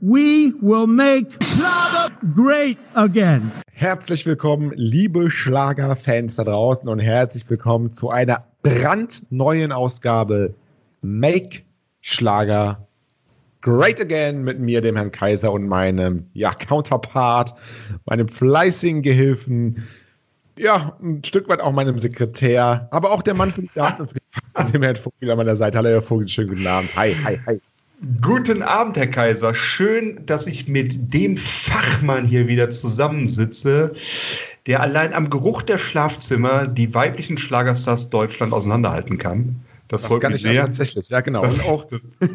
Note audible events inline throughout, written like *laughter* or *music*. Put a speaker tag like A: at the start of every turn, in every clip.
A: We will make Schlager great again.
B: Herzlich willkommen, liebe Schlagerfans da draußen und herzlich willkommen zu einer brandneuen Ausgabe Make Schlager Great Again mit mir, dem Herrn Kaiser und meinem ja, Counterpart, meinem fleißigen Gehilfen, ja, ein Stück weit auch meinem Sekretär, aber auch der Mann für die Daten, *laughs* dem Herrn Vogel an meiner Seite. Hallo, Herr Vogel, schönen guten Abend. Hi, hi, hi.
C: Guten Abend, Herr Kaiser. Schön, dass ich mit dem Fachmann hier wieder zusammensitze, der allein am Geruch der Schlafzimmer die weiblichen Schlagerstars Deutschland auseinanderhalten kann. Das,
B: Das
C: freut
B: kann
C: mich
B: ich ja
C: sehr.
B: tatsächlich, ja genau.
C: Das-
B: und auch,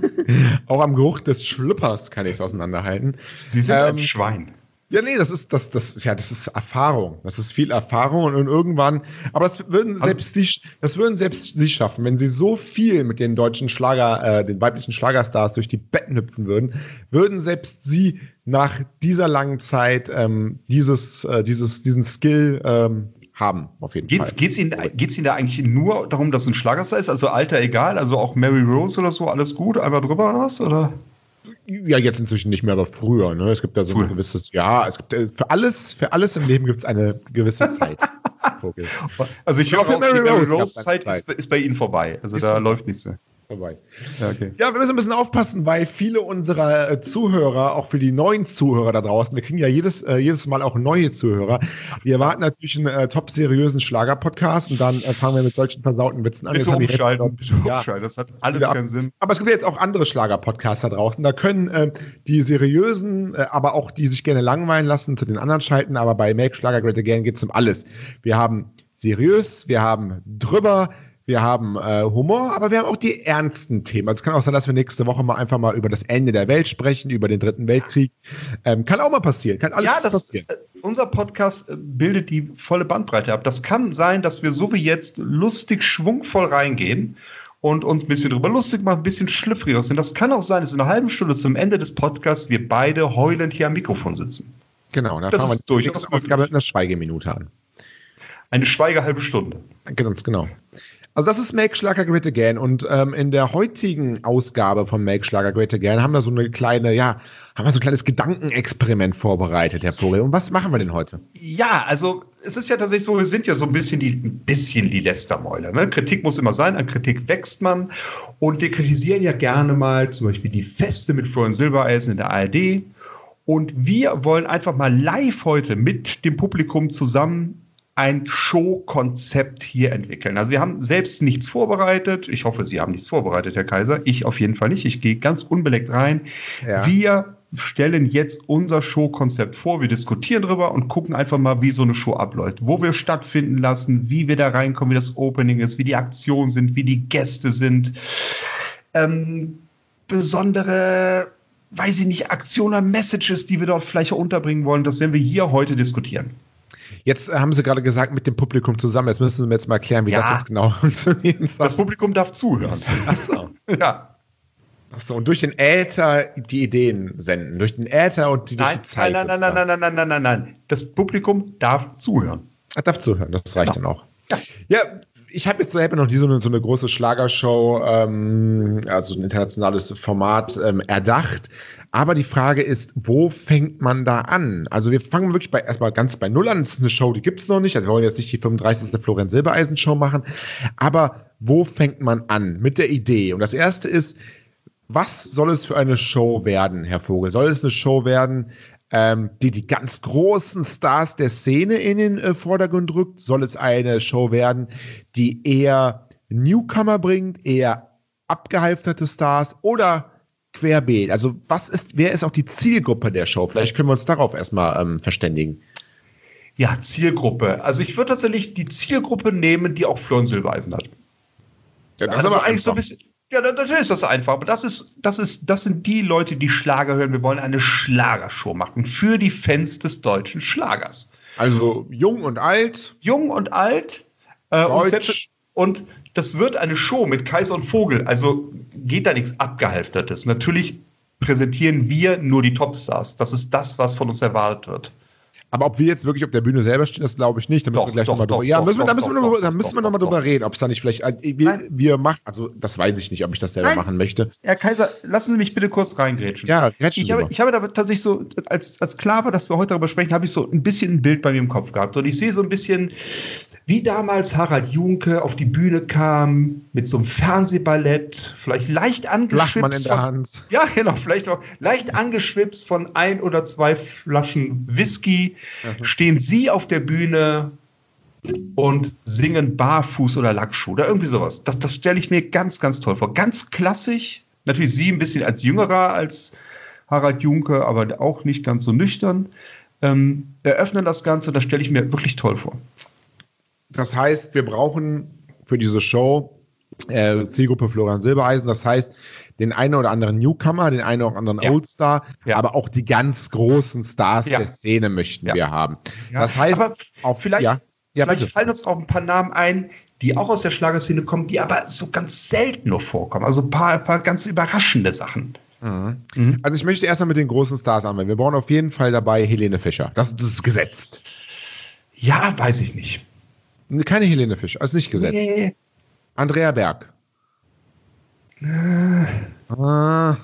B: *laughs* auch am Geruch des Schlüppers kann ich es auseinanderhalten.
C: Sie sind
B: Ähm,
C: ein Schwein.
B: Ja, nee, das ist, das, das ist, ja, das ist Erfahrung. Das ist viel Erfahrung und, und irgendwann, aber das würden
C: Also-
B: selbst sie, das würden selbst sie schaffen, wenn sie so viel mit den deutschen Schlager, äh, den weiblichen Schlagerstars durch die Betten hüpfen würden, würden selbst sie nach dieser langen Zeit ähm, dieses, äh, dieses, diesen Skill ähm, haben, auf jeden
C: Geht's,
B: Fall.
C: geht's, Ihnen, geht's Ihnen da eigentlich nur darum, dass ein Schlagerstar ist? Also Alter egal, also auch Mary Rose oder so, alles gut, einmal drüber oder was? Oder?
B: Ja, jetzt inzwischen nicht mehr, aber früher, ne? Es gibt da so
C: Früher.
B: ein gewisses, ja, es gibt äh, für alles, für alles im Leben gibt's eine gewisse
C: *laughs*
B: Zeit. Vogel.
C: Also ich
B: Ja,
C: höre
B: für
C: auch,
B: Mary
C: die Mary
B: Rose
C: Rose
B: gab's
C: Zeit
B: eine
C: ist, ist bei Ihnen vorbei. Also
B: Ist
C: da
B: vorbei.
C: läuft nichts mehr.
B: Vorbei.
C: Ja, okay.
B: Ja, wir müssen ein bisschen aufpassen, weil viele unserer äh, Zuhörer, auch für die neuen Zuhörer da draußen, wir kriegen ja jedes, äh, jedes Mal auch neue Zuhörer. Die erwarten natürlich einen äh, top seriösen Schlager-Podcast und dann äh, fangen wir mit deutschen versauten Witzen an. Jetzt
C: Bitte
B: haben die Hälfte
C: umschalten, bitte
B: Ja.
C: umschalten. Das hat alles
B: Wieder ab-
C: keinen Sinn.
B: Aber es gibt ja jetzt auch andere Schlager-Podcasts da draußen. Da können äh, die seriösen, äh, aber auch die sich gerne langweilen lassen, zu den anderen schalten. Aber bei Make Schlager Great Again geht es um alles. Wir haben seriös, wir haben drüber, wir haben äh, Humor, aber wir haben auch die ernsten Themen. Also es kann auch sein, dass wir nächste Woche mal einfach mal über das Ende der Welt sprechen, über den Dritten Weltkrieg. Ähm, kann auch mal passieren, kann alles
C: ja, das,
B: passieren.
C: äh, unser Podcast äh, bildet die volle Bandbreite ab. Das kann sein, dass wir so wie jetzt lustig, schwungvoll reingehen und uns ein bisschen drüber lustig machen, ein bisschen schlüpfriger sind. Das kann auch sein, dass in einer halben Stunde zum Ende des Podcasts wir beide heulend hier am Mikrofon sitzen.
B: Genau, dann
C: das
B: fangen wir
C: ist
B: die
C: durchaus
B: nächste Ausgabe mit einer Schweigeminute an.
C: Eine schweigehalbe Stunde.
B: Ganz genau. Also das ist Make Schlager Great Again und ähm, in der heutigen Ausgabe von Make Schlager Great Again haben wir so eine kleine, ja, haben wir so ein kleines Gedankenexperiment vorbereitet, Herr Vogel. Und was machen wir denn heute?
C: Ja, also es ist ja tatsächlich so, wir sind ja so ein bisschen die, ein bisschen die Lästermäuler. Ne? Kritik muss immer sein, an Kritik wächst man. Und wir kritisieren ja gerne mal zum Beispiel die Feste mit Florian Silbereisen in der ARD. Und wir wollen einfach mal live heute mit dem Publikum zusammen ein Showkonzept hier entwickeln. Also wir haben selbst nichts vorbereitet. Ich hoffe, Sie haben nichts vorbereitet, Herr Kaiser. Ich auf jeden Fall nicht. Ich gehe ganz unbeleckt rein.
B: Ja.
C: Wir stellen jetzt unser Showkonzept vor, wir diskutieren drüber und gucken einfach mal, wie so eine Show abläuft, wo wir stattfinden lassen, wie wir da reinkommen, wie das Opening ist, wie die Aktionen sind, wie die Gäste sind. Ähm, besondere, weiß ich nicht, Aktionen oder Messages, die wir dort vielleicht auch unterbringen wollen, das werden wir hier heute diskutieren.
B: Jetzt äh, haben Sie gerade gesagt, mit dem Publikum zusammen. Jetzt müssen Sie mir jetzt mal erklären, wie
C: Ja.
B: das jetzt genau *laughs* funktionieren soll.
C: Das Publikum darf zuhören.
B: Achso.
C: *laughs* ja.
B: Achso, und durch den Äther die Ideen senden. Durch den Äther und die, durch
C: Nein,
B: die
C: nein,
B: Zeit.
C: nein, nein, nein,
B: sozusagen.
C: nein, nein, nein, nein, nein, nein. Das Publikum darf zuhören.
B: Er darf zuhören, das reicht dann auch.
C: Ja.
B: Ja, ich habe jetzt selber noch nie so eine, so eine große Schlagershow, ähm, also ein internationales Format ähm, erdacht. Aber die Frage ist, wo fängt man da an? Also wir fangen wirklich bei, erstmal ganz bei Null an. Das ist eine Show, die gibt's noch nicht. Also wir wollen jetzt nicht die 35. Florian Silbereisen Show machen. Aber wo fängt man an mit der Idee? Und das Erste ist, was soll es für eine Show werden, Herr Vogel? Soll es eine Show werden, ähm, die die ganz großen Stars der Szene in den äh, Vordergrund rückt? Soll es eine Show werden, die eher Newcomer bringt, eher abgehalfterte Stars oder querbeet? Also was ist, wer ist auch die Zielgruppe der Show? Vielleicht können wir uns darauf erstmal ähm, verständigen.
C: Ja, Zielgruppe. Also ich würde tatsächlich die Zielgruppe nehmen, die auch Florian Silbereisen hat.
B: ist
C: also eigentlich so
B: einfach.
C: ein bisschen. Ja, da- natürlich ist das einfach. Aber das ist, das ist, das sind die Leute, die Schlager hören. Wir wollen eine Schlagershow machen für die Fans des deutschen Schlagers.
B: also jung und alt,
C: Jung und alt. Äh, und,
B: Deutsch.
C: selbst- und das wird eine Show mit Kaiser und Vogel. Also geht da nichts Abgehalftertes. Natürlich präsentieren wir nur die Topstars. Das ist das, was von uns erwartet wird.
B: Aber ob wir jetzt wirklich auf der Bühne selber stehen, das glaube ich nicht. Da müssen
C: Doch,
B: wir gleich
C: doch,
B: nochmal
C: doch,
B: drüber. Ja,
C: doch,
B: müssen wir, da
C: doch,
B: müssen wir
C: doch,
B: noch,
C: doch,
B: da müssen wir
C: doch,
B: noch mal
C: doch,
B: drüber reden, ob es da nicht vielleicht. äh, Wir,
C: Nein.
B: wir machen, also das weiß ich nicht, ob ich das selber
C: Nein.
B: machen möchte.
C: Herr Kaiser, lassen Sie mich bitte kurz reingrätschen.
B: Ja, Gretchen.
C: Ich habe,
B: drüber.
C: ich habe da tatsächlich so, als, als klar war, dass wir heute darüber sprechen, habe ich so ein bisschen ein Bild bei mir im Kopf gehabt. Und ich sehe so ein bisschen, wie damals Harald Junke auf die Bühne kam, mit so einem Fernsehballett, vielleicht leicht
B: Flachmann in
C: angeschwipst.
B: der
C: Von,
B: Hand.
C: ja, genau, vielleicht auch leicht angeschwipst von ein oder zwei Flaschen Whisky,
B: Mhm.
C: stehen Sie auf der Bühne und singen Barfuß oder Lackschuh oder irgendwie sowas. Das, das stelle ich mir ganz, ganz toll vor. Ganz klassisch. Natürlich Sie ein bisschen als jüngerer als Harald Junke, aber auch nicht ganz so nüchtern. Ähm, eröffnen das Ganze, das stelle ich mir wirklich toll vor.
B: Das heißt, wir brauchen für diese Show äh, Zielgruppe Florian Silbereisen. Das heißt, den einen oder anderen Newcomer, den einen oder anderen
C: Ja.
B: Oldstar,
C: Ja.
B: aber auch die ganz großen Stars
C: Ja.
B: der Szene möchten
C: Ja.
B: wir haben.
C: Ja,
B: Das heißt,
C: aber
B: auf,
C: vielleicht-
B: ja, ja,
C: Vielleicht
B: bitte.
C: fallen uns auch ein paar Namen ein, die auch aus der Schlagerszene kommen, die aber so ganz selten nur vorkommen. Also ein paar, ein paar ganz überraschende Sachen.
B: Mhm. Also ich möchte erstmal mit den großen Stars anfangen. Wir brauchen auf jeden Fall dabei Helene Fischer. Das, das ist gesetzt.
C: Ja, weiß ich nicht.
B: Keine Helene Fischer, ist nicht gesetzt.
C: Nee.
B: Andrea Berg. Ah.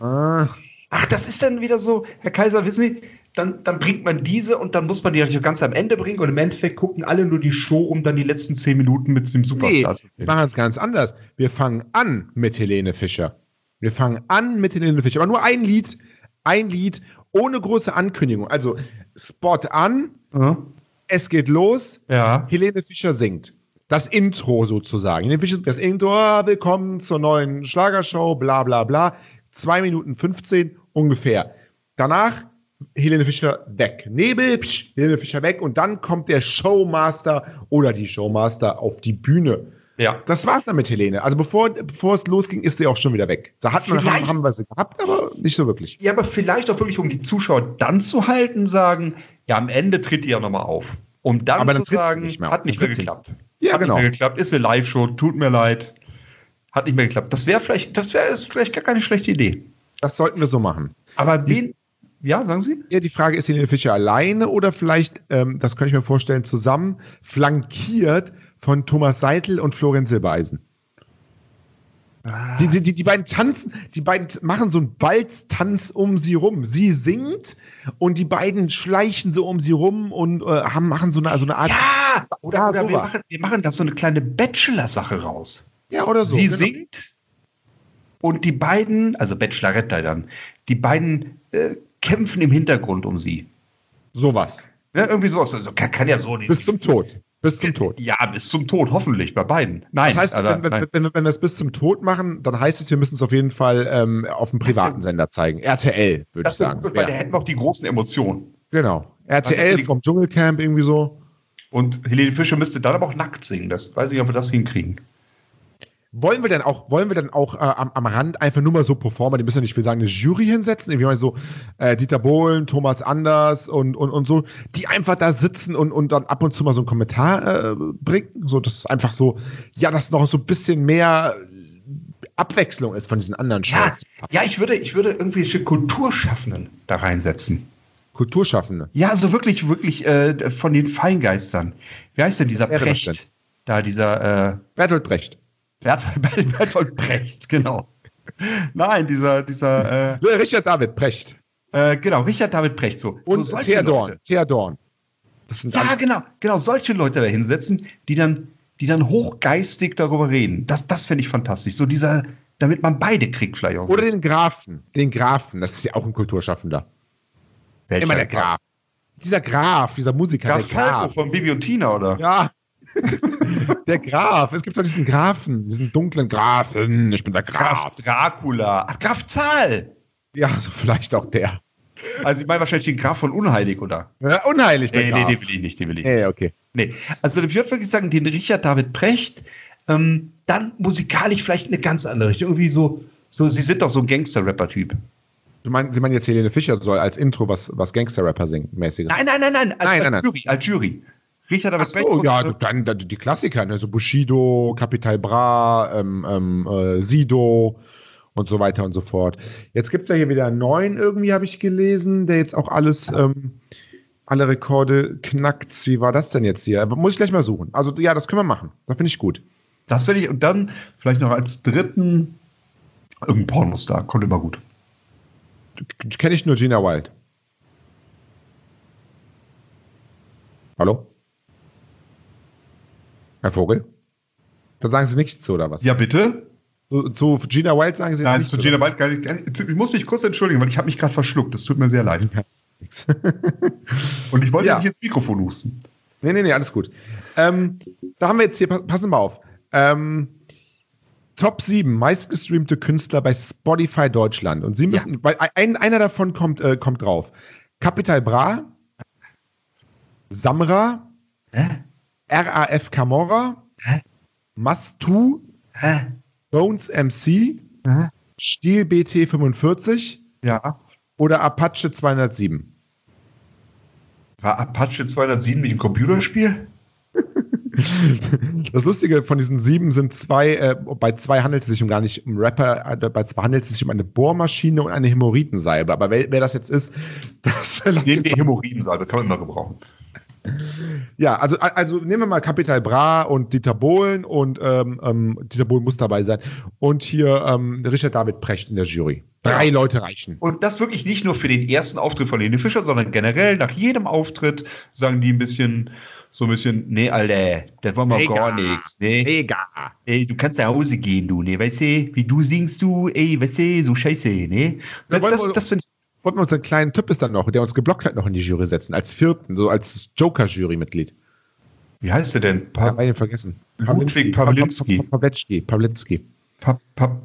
B: Ah.
C: Ach, das ist dann wieder so, Herr Kaiser, wissen Sie, dann, dann bringt man diese und dann muss man die natürlich ganz am Ende bringen und im Endeffekt gucken alle nur die Show, um dann die letzten zehn Minuten mit dem
B: Nee,
C: Superstar zu
B: wir
C: sehen.
B: machen es ganz anders. Wir fangen an mit Helene Fischer. Wir fangen an mit Helene Fischer. Aber nur ein Lied, ein Lied ohne große Ankündigung. Also Spot an, es geht los,
C: Ja.
B: Helene Fischer singt. Das Intro sozusagen. Helene Fischer singt das Intro, ah, willkommen zur neuen Schlagershow, bla bla bla. 2 Minuten 15 ungefähr. Danach Helene Fischer weg. Nebel, psch, Helene Fischer weg. Und dann kommt der Showmaster oder die Showmaster auf die Bühne.
C: Ja.
B: Das war's dann mit Helene. Also bevor, bevor es losging, ist sie auch schon wieder weg. Da hat man, haben,
C: Vielleicht-
B: haben wir sie gehabt, aber nicht so wirklich.
C: Ja, aber vielleicht auch wirklich, um die Zuschauer dann zu halten, sagen, ja, am Ende tritt die ja nochmal auf. Um dann,
B: Aber dann tritt
C: zu
B: sie
C: sagen,
B: nicht mehr auf.
C: hat nicht
B: Dann
C: mehr
B: tritt sie nicht.
C: geklappt.
B: Ja,
C: hat
B: genau.
C: nicht mehr geklappt, ist eine Live-Show, tut mir leid. Hat nicht mehr geklappt. Das wäre vielleicht, das wäre ist vielleicht gar keine schlechte Idee.
B: Das sollten wir so machen.
C: Aber wen, ja, sagen Sie?
B: Ja, die Frage ist Helene Fischer alleine oder vielleicht, ähm, das könnte ich mir vorstellen, zusammen flankiert von Thomas Seitel und Florenz Silbereisen.
C: Ah.
B: Die, die, die, die beiden tanzen, die beiden t- machen so einen Balztanz um sie rum. Sie singt und die beiden schleichen so um sie rum und äh, haben, machen so eine, so eine Art.
C: Ja, Ah, oder,
B: Ja,
C: oder wir,
B: sowas.
C: machen, wir machen da so eine kleine Bachelor-Sache raus.
B: Ja, oder so.
C: Sie
B: genau.
C: singt und die beiden, also Bachelorette dann, die beiden äh, kämpfen im Hintergrund um sie.
B: Sowas.
C: Ne, irgendwie sowas. Also, kann, kann ja so nicht.
B: Bis zum Tod. Bis zum Tod.
C: Ja, bis zum Tod, hoffentlich, bei beiden. Nein,
B: Das heißt,
C: also,
B: wenn,
C: nein.
B: wenn, wenn, wenn wir es bis zum Tod machen, dann heißt es, wir müssen es auf jeden Fall ähm, auf dem privaten Sender zeigen. RTL, würde ich
C: Das wäre
B: sagen.
C: gut, weil da
B: Ja,
C: hätten wir auch die großen Emotionen.
B: genau.
C: hätte
B: RTL
C: die-
B: vom Dschungelcamp irgendwie so.
C: Und Helene Fischer müsste dann aber auch nackt singen. Das weiß ich, ob wir das hinkriegen.
B: Wollen wir dann auch, wollen wir dann auch äh, am, am Rand einfach nur mal so Performer, die müssen ja nicht viel sagen, eine Jury hinsetzen? Irgendwie mal so äh, Dieter Bohlen, Thomas Anders und, und, und so, die einfach da sitzen und, und dann ab und zu mal so einen Kommentar äh, bringen. So, dass es einfach so, ja, dass noch so ein bisschen mehr Abwechslung ist von diesen anderen Shows.
C: Ja, ja ich, würde, ich würde irgendwelche Kulturschaffenden da reinsetzen.
B: Kulturschaffende.
C: Ja, so wirklich, wirklich äh, von den Feingeistern. Wie heißt denn dieser
B: Wer wäre das
C: Precht? Da dieser äh,
B: Bertolt Brecht.
C: Bert, *laughs* Bertolt Brecht, genau. Nein, dieser, dieser,
B: Ja, Richard David Precht
C: äh, äh, genau, Richard David Precht, so.
B: und
C: so solche
B: Theodorn.
C: Leute.
B: Theodorn. Das sind
C: Ja,
B: alles-
C: genau, genau, solche Leute da hinsetzen, die dann, die dann hochgeistig darüber reden. Das, das fände ich fantastisch. So dieser, damit man beide kriegt vielleicht auch.
B: Oder den Grafen. Den Grafen, das ist ja auch ein Kulturschaffender.
C: Welcher
B: Immer der Graf. Dieser Graf, dieser Musiker,
C: Graf
B: der
C: Falco
B: Graf.
C: von Bibi und Tina, oder?
B: Ja. *laughs* der Graf. Es gibt doch diesen Grafen, diesen dunklen Grafen. Ich bin der
C: Graf
B: Graf.
C: Dracula. Ach, Graf Zahl.
B: Ja, so vielleicht auch der.
C: Also ich meine wahrscheinlich den Graf von Unheilig, oder?
B: Ja, unheilig, der
C: Nee, nee,
B: Graf.
C: den will ich nicht, den will ich nicht.
B: Nee, okay.
C: Nee, also ich würde wirklich sagen, den Richard David Precht, ähm, dann musikalisch vielleicht eine ganz andere Richtung. Irgendwie so, so sie sind doch so ein Gangster-Rapper-Typ.
B: Du meinst, Sie meinen jetzt Helene Fischer soll als Intro was, was Gangster-Rapper singt, mäßiges?
C: Nein, nein, nein, nein, als,
B: Nein,
C: als
B: nein, nein.
C: Jury, als Jury. Richard David
B: Ach
C: Precht.
B: so,
C: und,
B: ja,
C: äh,
B: dann, dann die Klassiker, ne? so Bushido, Capital Bra, ähm, ähm, äh, Sido und so weiter und so fort. Jetzt gibt es ja hier wieder einen neuen, irgendwie habe ich gelesen, der jetzt auch alles ähm, alle Rekorde knackt. Wie war das denn jetzt hier? Aber Muss ich gleich mal suchen. Also ja, das können wir machen. Das finde ich gut.
C: Das werde ich, und dann vielleicht noch als dritten irgendein Pornostar, kommt immer gut.
B: Kenne ich nur Gina Wild. Hallo? Herr Vogel? Dann sagen Sie nichts zu, oder was?
C: Ja, bitte?
B: Zu, zu Gina Wild sagen Sie jetzt
C: Nein,
B: nichts
C: zu
B: oder?
C: Gina Wild gar nicht. gar nicht- Ich muss mich kurz entschuldigen, weil ich habe mich gerade verschluckt. Das tut mir sehr leid.
B: nichts. *laughs*
C: Und ich wollte
B: Ja.
C: nicht ins Mikrofon husten.
B: Nee, nee, nee, alles gut. Ähm, da haben wir jetzt hier, pa- passen wir auf. Ähm, Top 7 meistgestreamte Künstler bei Spotify Deutschland. Und Sie müssen, weil ein, einer davon kommt, äh, kommt drauf. Capital Bra, Samra,
C: Hä?
B: RAF Camorra,
C: Hä?
B: Mastu,
C: Hä?
B: Bones MC,
C: Hä?
B: Stil BT45
C: Ja.
B: oder Apache 207.
C: War Apache 207 mit dem Computerspiel?
B: Das Lustige von diesen sieben sind zwei, äh, bei zwei handelt es sich um gar nicht um Rapper, äh, bei zwei handelt es sich um eine Bohrmaschine und eine Hämorrhoidensalbe. Aber wer, wer das jetzt ist, *laughs* das lasse ich
C: Den wir
B: jetzt-
C: Hämorrhoidensalbe kann man immer gebrauchen.
B: Ja, also, also nehmen wir mal Capital Bra und Dieter Bohlen und ähm, ähm, Dieter Bohlen muss dabei sein. Und hier ähm, Richard David Precht in der Jury. Drei
C: Ja.
B: Leute reichen.
C: Und das wirklich nicht nur für den ersten Auftritt von Lene Fischer, sondern generell nach jedem Auftritt sagen die ein bisschen, so ein bisschen, nee, Alter, das war mal
B: Mega.
C: gar nichts. Nee,
B: Mega.
C: ey, du kannst nach Hause gehen, du, nee, weißt du, wie du singst du, ey, weißt du, so scheiße, nee. Das,
B: wollen
C: das,
B: wir-
C: das finde ich,
B: Wollten wir unseren kleinen Types dann noch, der uns geblockt hat, noch in die Jury setzen, als vierten, so als Joker-Jury-Mitglied.
C: wie heißt der denn?
B: Ich
C: Pa
B: habe ihn vergessen.
C: Ludwig Pawlitzki.
B: Pawlitzki. Pawlitzki.
C: pa pa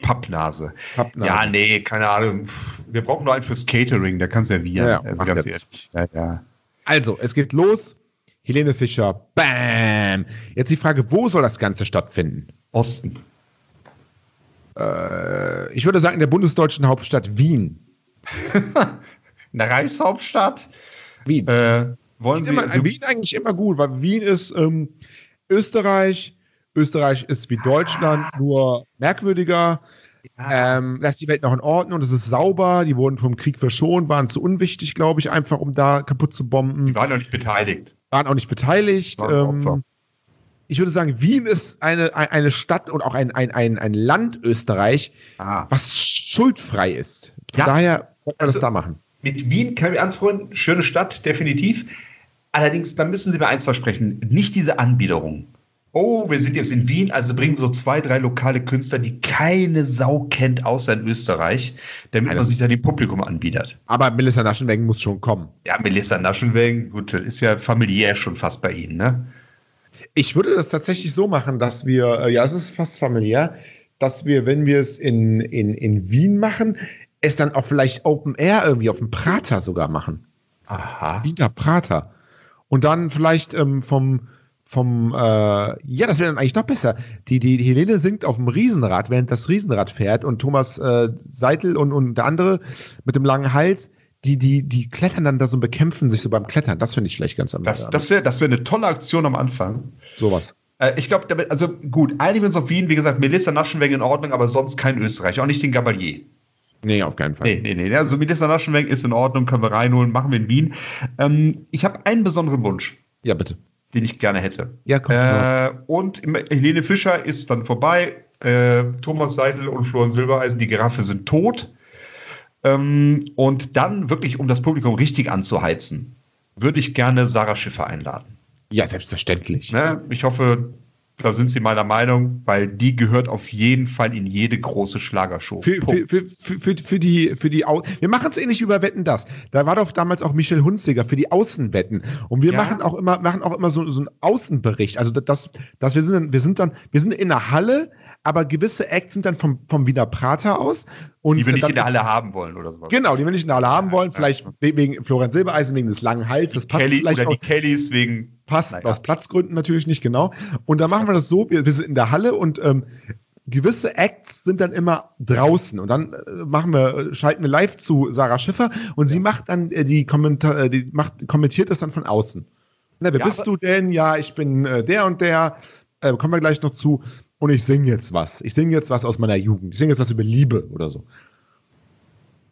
C: Pappnase.
B: Pappnase.
C: Ja, nee, keine Ahnung. Pff, Wir brauchen nur einen fürs Catering, der kann servieren.
B: Ja, ja,
C: also
B: mach
C: ganz ehrlich.
B: jetzt.
C: Ja, ja.
B: Also, es geht los. Helene Fischer. Bam. Jetzt die Frage, wo soll das Ganze stattfinden?
C: Osten.
B: Äh, Ich würde sagen, in der bundesdeutschen Hauptstadt Wien.
C: In der Reichshauptstadt.
B: Wien.
C: Äh, wollen Sie.
B: immer,
C: also-
B: Wien eigentlich immer gut, weil Wien ist ähm, Österreich. Österreich ist wie Deutschland, nur merkwürdiger. Ähm, da ist die Welt noch in Ordnung, das ist sauber. Die wurden vom Krieg verschont, waren zu unwichtig, glaube ich, einfach um da kaputt zu bomben.
C: Die waren noch nicht beteiligt.
B: waren auch nicht beteiligt.
C: Waren Opfer.
B: ähm, ich würde sagen, Wien ist eine, ein- eine Stadt und auch ein, ein, ein, ein Land Österreich,
C: Ah.
B: was schuldfrei ist. Von
C: Ja.
B: daher sollte man
C: Also-
B: das da machen.
C: Mit Wien kann ich mich anfreunden. Schöne Stadt, definitiv. Allerdings, da müssen Sie mir eins versprechen: nicht diese Anbiederung. Oh, wir sind jetzt in Wien, also bringen so zwei, drei lokale Künstler, die keine Sau kennt, außer in Österreich, damit
B: Nein,
C: man
B: das-
C: sich da dem Publikum anbietet.
B: Aber Melissa Naschenweng muss schon kommen.
C: Ja, Melissa Naschenweng, gut, das ist ja familiär schon fast bei Ihnen, ne?
B: Ich würde das tatsächlich so machen, dass wir, äh, ja, es ist fast familiär, dass wir, wenn wir es in, in, in Wien machen, es dann auch vielleicht Open Air irgendwie auf dem Prater sogar machen.
C: Aha.
B: Wiener Prater. Und dann vielleicht ähm, vom, vom äh, ja, das wäre dann eigentlich noch besser. Die, die, die Helene singt auf dem Riesenrad, während das Riesenrad fährt und Thomas äh, Seitel und, und der andere mit dem langen Hals, die, die, die klettern dann da so und bekämpfen sich so beim Klettern. Das finde ich vielleicht ganz am
C: Das,
B: am-
C: das wäre das wär eine tolle Aktion am Anfang.
B: sowas.
C: Äh, ich glaube, damit, also gut, einigen wir uns auf Wien, wie gesagt, Melissa Naschenweng in Ordnung, aber sonst kein Österreich, auch nicht den Gabalier.
B: Nee, auf keinen Fall.
C: Nee, nee, nee. Also Melissa Naschenweng ist in Ordnung, können wir reinholen, machen wir in Wien. Ähm, ich habe einen besonderen Wunsch,
B: Ja, bitte.
C: den ich gerne hätte.
B: Ja, komm.
C: Äh, und im- Helene Fischer ist dann vorbei. Äh, Thomas Seidel und Florian Silbereisen, die Giraffe sind tot. Ähm, und dann wirklich, um das Publikum richtig anzuheizen, würde ich gerne Sarah Schiffer einladen.
B: ja, selbstverständlich.
C: Ne? Ich hoffe, da sind Sie meiner Meinung, weil die gehört auf jeden Fall in jede große Schlagershow.
B: Für, für,
C: Punkt.
B: für, für, für, für die, für die Au wir machen es ähnlich wie bei Wetten das. Da war doch damals auch Michel Hunziger für die Außenwetten. Und wir
C: Ja.
B: machen auch immer, machen auch immer so, so einen Außenbericht. Also das, das wir sind dann, wir sind dann, wir sind in der Halle, aber gewisse Acts sind dann vom, vom Wiener Prater aus. Und
C: Die wir nicht
B: dann
C: in der
B: ist-
C: Halle haben wollen oder sowas.
B: Genau, die wir nicht in der Halle haben wollen.
C: Ja,
B: Vielleicht we- wegen Florian Silbereisen, wegen des langen Hals. Das passt
C: Kelly
B: vielleicht
C: oder
B: auch
C: die Kellys wegen.
B: passt
C: Naja.
B: aus Platzgründen natürlich nicht genau. Und da machen wir das so, wir, wir sind in der Halle und ähm, gewisse Acts sind dann immer draußen und dann äh, machen wir äh, schalten wir live zu Sarah Schiffer und sie macht dann äh, die Kommentar äh, die macht kommentiert das dann von außen. Na, wer
C: Ja,
B: bist
C: aber-
B: du denn? Ja, ich bin äh, der und der. Äh, kommen wir gleich noch zu und ich singe jetzt was. Ich singe jetzt was aus meiner Jugend. Ich singe jetzt was über Liebe oder so.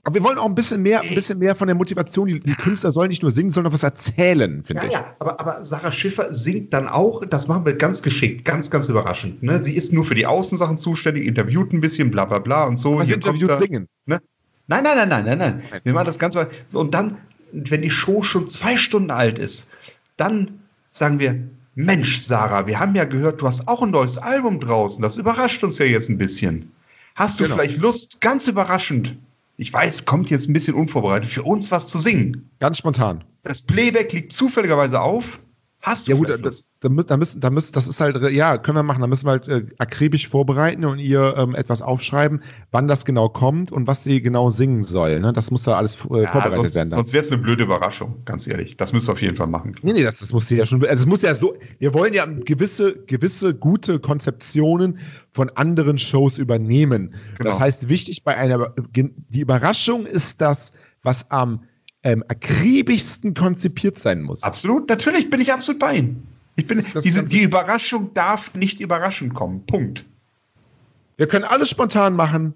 B: Aber wir wollen auch ein bisschen mehr, ein bisschen mehr von der Motivation. Die, die Künstler sollen nicht nur singen, sondern auch was erzählen, finde
C: Ja,
B: ich.
C: ja, aber, aber Sarah Schiffer singt dann auch, das machen wir ganz geschickt, ganz, ganz überraschend. Ne? Sie ist nur für die Außensachen zuständig, interviewt ein bisschen, bla bla bla und so.
B: Was
C: Hier
B: Also interviewt
C: kommt da-
B: singen? ne?
C: Nein, nein, nein, nein, nein, nein.
B: Nein.
C: Wir machen das Ganze mal. So, und dann, wenn die Show schon zwei Stunden alt ist, dann sagen wir, Mensch, Sarah, wir haben ja gehört, du hast auch ein neues Album draußen. Das überrascht uns ja jetzt ein bisschen. Hast du
B: Genau.
C: vielleicht Lust, ganz überraschend, ich weiß, kommt jetzt ein bisschen unvorbereitet, für uns was zu singen?
B: Ganz spontan.
C: Das Playback liegt zufälligerweise auf. Hast du
B: Ja gut,
C: vielleicht
B: das, da, mü- da müssen, da müssen, das ist halt, re- ja, können wir machen. Da müssen wir halt äh, akribisch vorbereiten und ihr ähm, etwas aufschreiben, wann das genau kommt und was sie genau singen soll. Ne? Das muss da alles äh,
C: ja,
B: vorbereitet
C: sonst,
B: werden. Dann.
C: sonst wäre es eine blöde Überraschung, ganz ehrlich. Das müssen wir auf jeden Fall machen.
B: Nee, nee, das, das muss ja schon, also es muss ja so, wir wollen ja gewisse, gewisse gute Konzeptionen von anderen Shows übernehmen.
C: Genau.
B: Das heißt, wichtig bei einer, die Überraschung ist das, was am ähm, akribischsten konzipiert sein muss.
C: Absolut, natürlich bin ich absolut bei Ihnen. Ich bin,
B: Das ist das
C: diese,
B: Ganze.
C: die Überraschung darf nicht überraschend kommen. Punkt.
B: Wir können alles spontan machen,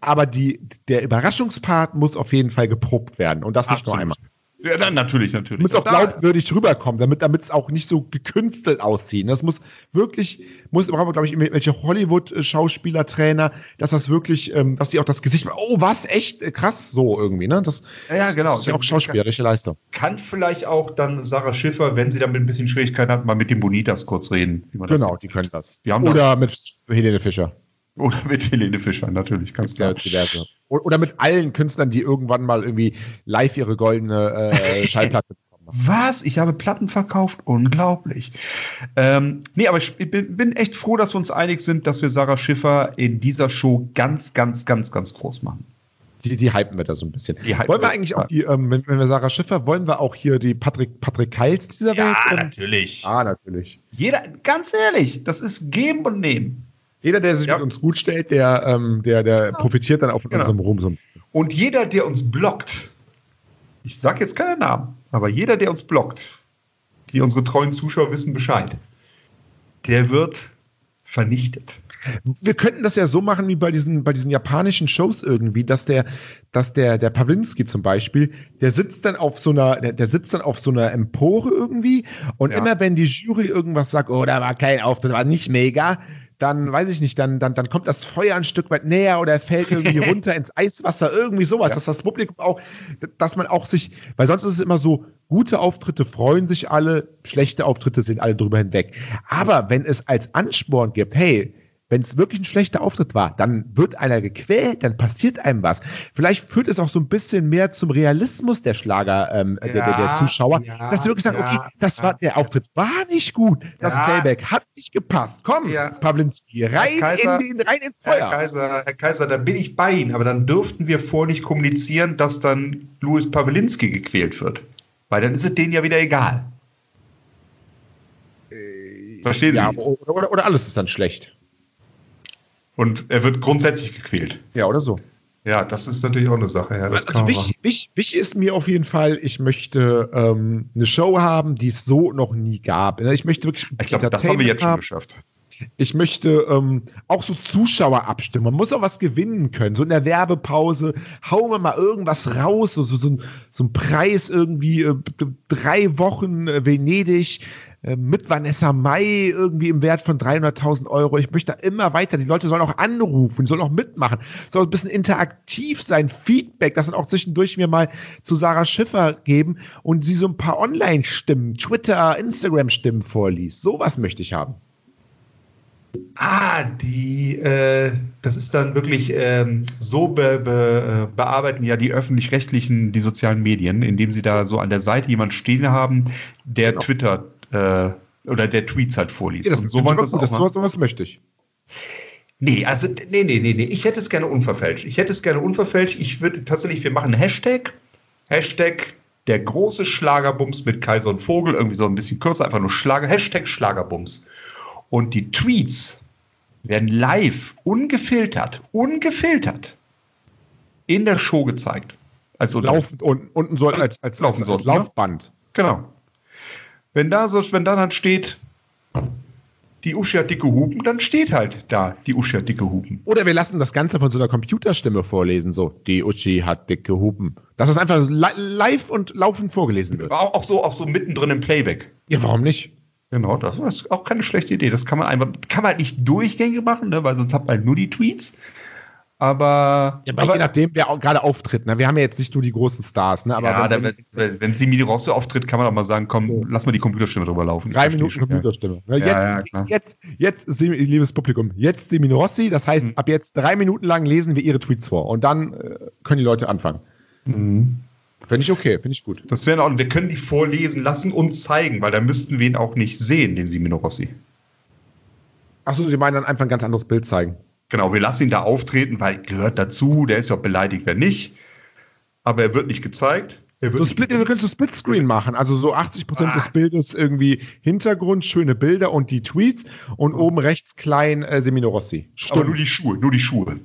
B: aber die, der Überraschungspart muss auf jeden Fall geprobt werden und das nicht nur einmal.
C: Ja, dann natürlich, natürlich.
B: Damit es auch
C: Da-
B: glaubwürdig rüberkommt, damit damit es auch nicht so gekünstelt aussieht. Das muss wirklich, muss brauchen wir, glaube ich, irgendwelche Hollywood-Schauspieler, Trainer, dass das wirklich, ähm, dass sie auch das Gesicht, oh, was, echt Äh, krass, so irgendwie, ne? Das,
C: Ja, ja, genau.
B: das ist ja auch schauspielerische Leistung.
C: Kann vielleicht auch dann Sarah Schiffer, wenn sie damit ein bisschen Schwierigkeiten hat, mal mit den Bonitas kurz reden. wie man das
B: Genau,
C: sieht.
B: die können das.
C: Wir haben
B: Oder
C: das,
B: mit Helene Fischer.
C: oder mit Helene Fischer, natürlich, ganz
B: Ja,
C: klar.
B: diverse. O- Oder mit allen Künstlern, die irgendwann mal irgendwie live ihre goldene
C: *laughs*
B: äh, Schallplatte bekommen haben.
C: Was? Ich habe Platten verkauft? Unglaublich. Ähm, nee, aber ich bin, bin echt froh, dass wir uns einig sind, dass wir Sarah Schiffer in dieser Show ganz, ganz, ganz, ganz groß machen.
B: Die, die hypen wir da so ein bisschen.
C: Die hypen
B: wollen wir
C: wir,
B: eigentlich
C: ja.
B: auch die, ähm, wenn, wenn wir Sarah Schiffer, wollen wir auch hier die Patrick, Patrick Keils dieser Welt? Ähm,
C: natürlich.
B: ah, natürlich.
C: Jeder, ganz ehrlich, das ist geben und nehmen.
B: Jeder, der sich
C: Ja.
B: mit uns gut stellt, der, ähm, der, der profitiert dann auch von
C: Genau.
B: unserem Ruhm. So ein bisschen.
C: Und jeder, der uns blockt, ich sage jetzt keinen Namen, aber jeder, der uns blockt, die unsere treuen Zuschauer wissen Bescheid, der wird vernichtet.
B: Wir könnten das ja so machen wie bei diesen, bei diesen japanischen Shows irgendwie, dass der, dass der, der Pawlinski zum Beispiel, der sitzt dann auf so einer, der, der sitzt dann auf so einer Empore irgendwie und
C: Ja.
B: immer wenn die Jury irgendwas sagt, oh, da war kein Auftritt, war nicht mega, dann weiß ich nicht, dann, dann, dann kommt das Feuer ein Stück weit näher oder fällt
C: *laughs*
B: irgendwie runter ins Eiswasser, irgendwie sowas,
C: Ja.
B: dass das Publikum auch, dass man auch sich, weil sonst ist es immer so, gute Auftritte freuen sich alle, schlechte Auftritte sind alle drüber hinweg. Aber wenn es als Ansporn gibt, hey, wenn es wirklich ein schlechter Auftritt war, dann wird einer gequält, dann passiert einem was. Vielleicht führt es auch so ein bisschen mehr zum Realismus der Schlager, ähm, der, der, der
C: Ja,
B: Zuschauer,
C: ja,
B: dass sie wirklich sagen,
C: ja,
B: Ah, okay, das war,
C: ja.
B: der Auftritt war nicht gut, das
C: Ja.
B: Playback hat nicht gepasst. Komm,
C: Ja.
B: Pawlinski, rein,
C: Kaiser,
B: in den, rein ins
C: Herr
B: Feuer.
C: Kaiser, Herr Kaiser, da bin ich bei Ihnen, aber dann dürften wir vor nicht kommunizieren, dass dann Louis Pawlinski gequält wird. Weil dann ist es denen ja wieder egal. Verstehen
B: Ja,
C: Sie?
B: oder, oder, oder alles ist dann schlecht.
C: Und er wird grundsätzlich gequält.
B: Ja, oder so.
C: Ja, das ist natürlich auch eine Sache. Ja,
B: Also
C: das kann man
B: wichtig, wichtig, wichtig ist mir auf jeden Fall, ich möchte ähm, eine Show haben, die es so noch nie gab. Ich möchte wirklich.
C: Ich glaube, das haben wir jetzt schon
B: Entertainment
C: geschafft.
B: Ich möchte ähm, auch so Zuschauer abstimmen. Man muss auch was gewinnen können. So in der Werbepause hauen wir mal irgendwas raus. So, so, so, ein, so ein Preis irgendwie. Äh, d- drei Wochen äh, Venedig äh, mit Vanessa Mai irgendwie im Wert von 300.000 Euro. Ich möchte da immer weiter. Die Leute sollen auch anrufen, die sollen auch mitmachen. Es Soll ein bisschen interaktiv sein. Feedback, das dann auch zwischendurch mir mal zu Sarah Schiffer geben und sie so ein paar Online-Stimmen, Twitter, Instagram-Stimmen vorliest. Sowas möchte ich haben.
C: Ah, die, äh, das ist dann wirklich, ähm, so be, be, äh, bearbeiten ja die öffentlich-rechtlichen die sozialen Medien, indem sie da so an der Seite jemanden stehen haben, der
B: Genau.
C: Twitter äh, oder der Tweets halt vorliest.
B: Ja, ne? das,
C: Und
B: so
C: wollen
B: was, das,
C: sie auch ne?
B: das,
C: machen.
B: sowas, sowas möchte ich.
C: Nee, also, nee, nee, nee, nee. Ich hätte es gerne unverfälscht. Ich hätte es gerne unverfälscht. Ich würde tatsächlich, wir machen einen Hashtag. Hashtag der große Schlagerbums mit Kaiser und Vogel. Irgendwie so ein bisschen kürzer, einfach nur Schlager. Hashtag Schlagerbums. Und die Tweets werden live, ungefiltert, ungefiltert in der Show gezeigt. Also
B: Laufend unten, unten soll als, als,
C: Laufen
B: als, als
C: soll, ne?
B: Laufband.
C: Genau. Wenn da so, wenn da dann steht, die Uschi hat dicke Hupen, dann steht halt da, die Uschi hat dicke Hupen.
B: Oder wir lassen das Ganze von so einer Computerstimme vorlesen, so, die Uschi hat dicke Hupen. Dass das einfach li live und laufend vorgelesen wird.
C: Auch, auch, so, auch so mittendrin im Playback.
B: Ja, warum nicht?
C: Genau, das ist auch keine schlechte Idee. Das kann man einfach, kann man nicht durchgängig machen, ne? weil sonst hat man nur die Tweets. Aber,
B: Ja, aber
C: aber
B: je nachdem, wer auch gerade auftritt. Ne? Wir haben ja jetzt nicht nur die großen Stars, ne? aber
C: ja,
B: wenn,
C: dann, wenn, wenn Simi Rosso auftritt, kann man auch mal sagen, komm, lass mal die Computerstimme drüber laufen.
B: drei
C: Ich verstehe
B: Minuten
C: schon, ja.
B: Computerstimme. Ne? Jetzt,
C: Ja, ja, klar.
B: jetzt, jetzt, Semi- liebes Publikum, jetzt Semino Rossi. Das heißt,
C: Mhm.
B: ab jetzt drei Minuten lang lesen wir ihre Tweets vor und dann äh, können die Leute anfangen.
C: Mhm.
B: Finde ich okay, finde ich gut.
C: Das wäre in Ordnung. Wir können die vorlesen lassen und zeigen, weil dann müssten wir ihn auch nicht sehen, den Simino Rossi.
B: Achso, Sie meinen dann einfach ein ganz anderes Bild zeigen.
C: Genau, wir lassen ihn da auftreten, weil gehört dazu, der ist ja auch beleidigt, wenn nicht. Aber er wird nicht gezeigt. Er wird
B: So
C: nicht
B: Split, wir können so Splitscreen machen, also so 80% des
C: Ah.
B: Bildes irgendwie Hintergrund, schöne Bilder und die Tweets und
C: Ah.
B: oben rechts klein äh, Semino Rossi.
C: aber nur die Schuhe, nur die Schuhe.